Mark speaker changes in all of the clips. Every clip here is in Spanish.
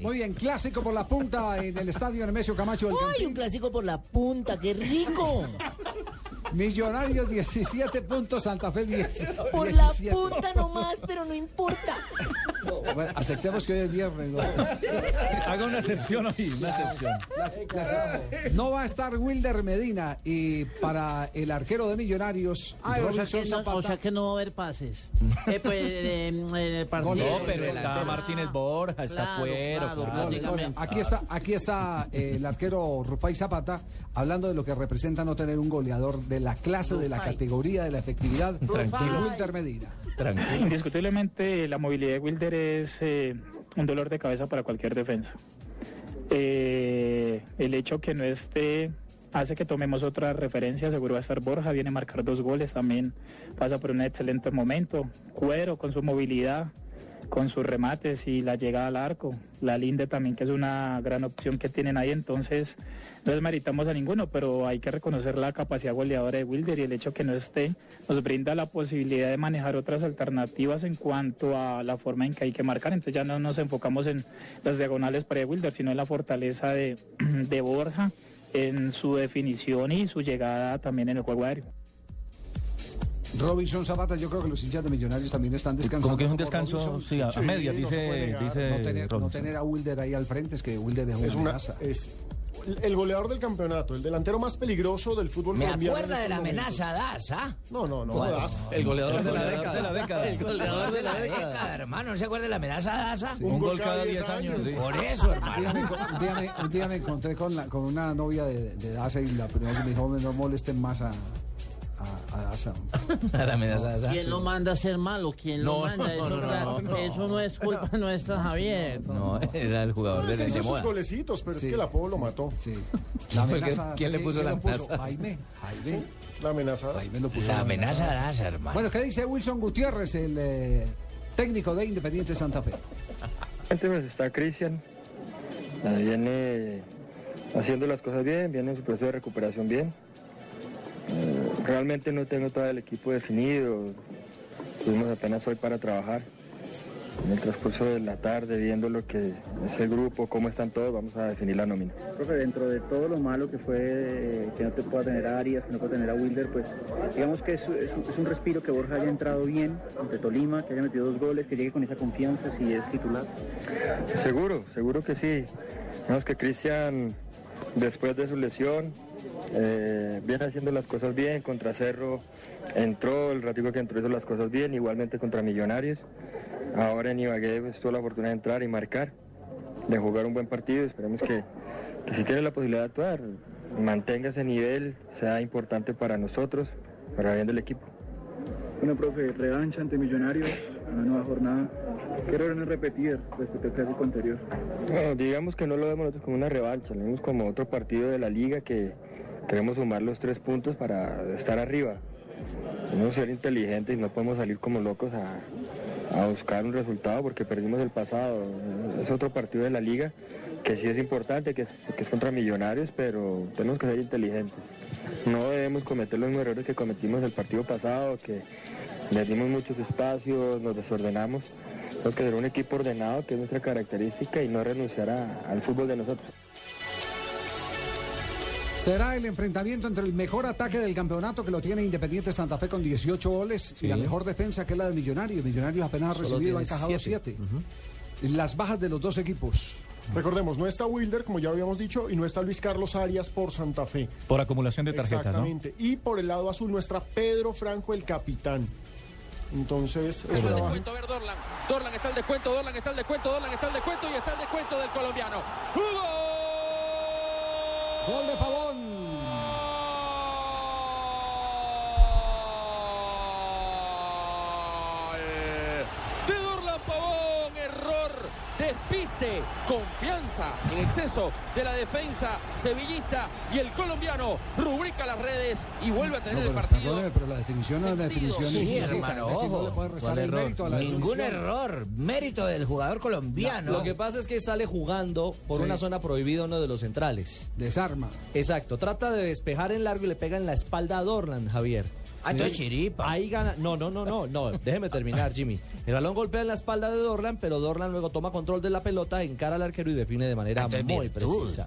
Speaker 1: Muy bien, clásico por la punta en el estadio Nemesio Camacho del
Speaker 2: ¡Ay, un
Speaker 1: Campín.
Speaker 2: clásico por la punta! ¡Qué rico!
Speaker 1: Millonarios 17 puntos, Santa Fe 10.
Speaker 2: Por la
Speaker 1: 17.
Speaker 2: punta nomás, pero no importa.
Speaker 1: Bueno, aceptemos que hoy es viernes. ¿no?
Speaker 3: Haga una excepción hoy, una excepción.
Speaker 1: No va a estar Wilder Medina y para el arquero de Millonarios,
Speaker 4: Ay, Ah, o, sea
Speaker 1: Robinson
Speaker 4: que no, o
Speaker 1: Zapata.
Speaker 4: sea que no va a haber pases. Eh, pues, eh, en el partido. Ah.
Speaker 1: No,
Speaker 3: No,
Speaker 1: Eh,
Speaker 3: pero
Speaker 1: eh,
Speaker 3: está
Speaker 1: eh,
Speaker 3: Martínez Borja, está
Speaker 4: claro,
Speaker 3: Cuero.
Speaker 4: claro,
Speaker 3: claro.
Speaker 1: Gol,
Speaker 4: llega
Speaker 1: gol.
Speaker 4: bien.
Speaker 1: Aquí está, aquí está eh, el arquero Rufai Zapata hablando de lo que representa no tener un goleador de la clase, de la
Speaker 4: Rufai.
Speaker 1: categoría, de la efectividad.
Speaker 3: Tranquilo.
Speaker 1: de Wilder Medina.
Speaker 3: Tranquilo.
Speaker 5: Indiscutiblemente la movilidad de Wilder es eh, un dolor de cabeza para cualquier defensa. Eh, el hecho que no esté hace que tomemos otra referencia, seguro va a estar Borja, viene a marcar dos goles, también pasa por un excelente momento. Cuero con su movilidad, con sus remates y la llegada al arco. La Linde también, que es una gran opción que tienen ahí, entonces no desmeritamos a ninguno, pero hay que reconocer la capacidad goleadora de Wilder y el hecho que no esté nos brinda la posibilidad de manejar otras alternativas en cuanto a la forma en que hay que marcar. Entonces ya no nos enfocamos en las diagonales para Wilder, sino en la fortaleza de, de Borja, en su definición y su llegada también en el juego aéreo.
Speaker 1: Robinson Zapata, yo creo que los hinchas de Millonarios también están descansando.
Speaker 3: Como que es un
Speaker 1: por
Speaker 3: descanso
Speaker 1: Robinson.
Speaker 3: sí, a, a medias, dice, dice
Speaker 1: No tener, no
Speaker 3: Robinson.
Speaker 1: tener a Wilder ahí al frente, es que Wilder es una,
Speaker 6: Es una-
Speaker 1: amenaza.
Speaker 6: es el goleador del campeonato, el delantero más peligroso del fútbol
Speaker 7: Me
Speaker 6: colombiano. en
Speaker 7: acuerda de
Speaker 6: estos
Speaker 7: la
Speaker 6: momentos.
Speaker 7: amenaza Das, ¿ah?
Speaker 6: No, no, no. jodas.
Speaker 3: El goleador
Speaker 8: de la década.
Speaker 3: de la década.
Speaker 8: El goleador de la
Speaker 7: década,
Speaker 8: década.
Speaker 7: hermano. ¿No se acuerda de la amenaza Daza?
Speaker 3: Un gol cada 10 años. sí.
Speaker 7: Por eso,
Speaker 1: Un día
Speaker 7: hermano.
Speaker 1: me, un día me- un día me encontré con, la- con una novia de, de Daza y la primera que me dijo, no molesten más a, a, a Daza.
Speaker 8: La amenaza de esa.
Speaker 4: ¿Quién lo manda a ser malo? ¿Quién lo
Speaker 8: No,
Speaker 4: manda? Eso,
Speaker 8: no, no,
Speaker 4: claro,
Speaker 8: no, no.
Speaker 4: eso no es culpa nuestra, Javier.
Speaker 8: No, era el jugador de
Speaker 6: Se hizo
Speaker 8: de
Speaker 6: sus
Speaker 8: moda.
Speaker 6: golecitos, pero
Speaker 1: Sí,
Speaker 6: es que el apodo lo
Speaker 1: sí,
Speaker 6: mató.
Speaker 1: Sí.
Speaker 8: ¿Quién fue el que- quién le puso la
Speaker 1: lo
Speaker 8: amenaza?
Speaker 1: Jaime, Jaime,
Speaker 6: La amenaza.
Speaker 1: Jaime lo puso.
Speaker 7: La amenaza Das, hermano.
Speaker 1: Bueno, ¿qué dice Wilson Gutiérrez, el eh, técnico de Independiente Santa Fe?
Speaker 5: Antes está Cristian, viene haciendo las cosas bien, viene en su proceso de recuperación bien. Eh, realmente no tengo todo el equipo definido, tuvimos apenas hoy para trabajar. En el transcurso de la tarde, viendo lo que es el grupo, cómo están todos, vamos a definir la nómina.
Speaker 9: Creo que dentro de todo lo malo que fue eh, que no te pueda tener a Arias, que no pueda tener a Wilder, pues digamos que es, es un- es un respiro que Borja haya entrado bien ante Tolima, que haya metido dos goles, que llegue con esa confianza si es titular.
Speaker 5: Seguro, seguro que sí. Vemos que Cristian, después de su lesión, eh, viene haciendo las cosas bien. Contra Cerro entró, el ratico que entró hizo las cosas bien, igualmente contra Millonarios. Ahora en Ibagué pues, tuvo la oportunidad de entrar y marcar, de jugar un buen partido. Esperemos que, que si tiene la posibilidad de actuar, mantenga ese nivel, sea importante para nosotros, para el bien del equipo.
Speaker 9: Bueno, profe, revancha ante Millonarios, una nueva jornada. ¿Qué error no repetir respecto al clásico anterior?
Speaker 5: Bueno, digamos que no lo vemos nosotros como una revancha, lo vemos como otro partido de la liga que queremos sumar los tres puntos para estar arriba. Tenemos que ser inteligentes y no podemos salir como locos a, a buscar un resultado porque perdimos el pasado. Es otro partido de la liga que sí es importante, que es, que es contra millonarios, pero tenemos que ser inteligentes. No debemos cometer los mismos errores que cometimos el partido pasado, que le dimos muchos espacios, nos desordenamos. Tenemos que ser un equipo ordenado, que es nuestra característica, y no renunciar a- al fútbol de nosotros.
Speaker 1: Será el enfrentamiento entre el mejor ataque del campeonato que lo tiene Independiente Santa Fe con 18 goles y la mejor defensa que es la de Millonarios. Millonarios apenas ha
Speaker 3: Solo
Speaker 1: recibido, ha
Speaker 3: tiene
Speaker 1: encajado 7.
Speaker 3: siete.
Speaker 1: Las bajas de los dos equipos.
Speaker 6: Recordemos, no está Wilder, como ya habíamos dicho, y no está Luis Carlos Arias por Santa Fe.
Speaker 3: Por acumulación de tarjetas, ¿no?
Speaker 6: Exactamente. Y por el lado azul no está Pedro Franco, el capitán. Entonces, es una baja.
Speaker 10: A ver, Dorlan. Dorlan está el descuento, Dorlan está el descuento, Dorlan está el descuento y está el descuento del colombiano. ¡Hugo!
Speaker 1: Gol de Pavón.
Speaker 10: De Dorlan Pavón, error, despiste desgaste, confianza en exceso de la defensa sevillista y el colombiano rubrica las redes y vuelve a tener el partido.
Speaker 1: Perdóneme, pero la definición no es la definición.
Speaker 7: Sí,
Speaker 1: sí,
Speaker 7: hermano,
Speaker 1: sí,
Speaker 7: ojo.
Speaker 1: no le puede restar
Speaker 7: ¿Cuál
Speaker 1: el
Speaker 7: error?
Speaker 1: mérito a la
Speaker 7: Ningún
Speaker 1: definición.
Speaker 7: error. Mérito del jugador colombiano.
Speaker 11: Lo que pasa es que sale jugando por
Speaker 7: Sí.
Speaker 11: una zona prohibida uno de los centrales.
Speaker 1: Desarma.
Speaker 11: Exacto. Trata de despejar en largo y le pega en la espalda a Dorlan, Javier.
Speaker 7: Ah, entonces chiripa.
Speaker 11: Ahí gana. No, no, no, no, no. Déjeme terminar, Jimmy. El balón golpea en la espalda de Dorlan, pero Dorlan luego toma control de la pelota, encara al arquero y define de manera
Speaker 1: Entonces,
Speaker 11: muy
Speaker 1: virtud.
Speaker 11: precisa.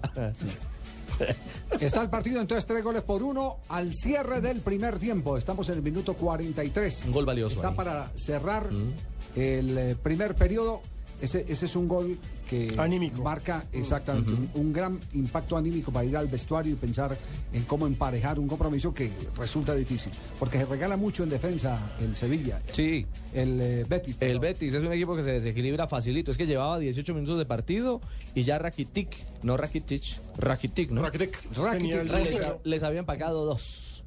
Speaker 1: Está el partido entonces tres goles por uno al cierre del primer tiempo. Estamos en el minuto 43. Un
Speaker 11: gol valioso
Speaker 1: Está
Speaker 11: ahí. Mm.
Speaker 1: para cerrar el eh, primer periodo. Ese, ese es un gol que marca exactamente un- un, gran impacto anímico para ir al vestuario y pensar en cómo emparejar un compromiso que resulta difícil. Porque se regala mucho en defensa el Sevilla.
Speaker 11: Sí.
Speaker 1: El eh, Betis.
Speaker 11: El Betis es un equipo que se desequilibra facilito. Es que llevaba 18 minutos de partido y ya Rakitic, no Rakitic, Rakitic, ¿no?
Speaker 6: Rakitic.
Speaker 1: Rakitic.
Speaker 11: Les, les habían pagado dos.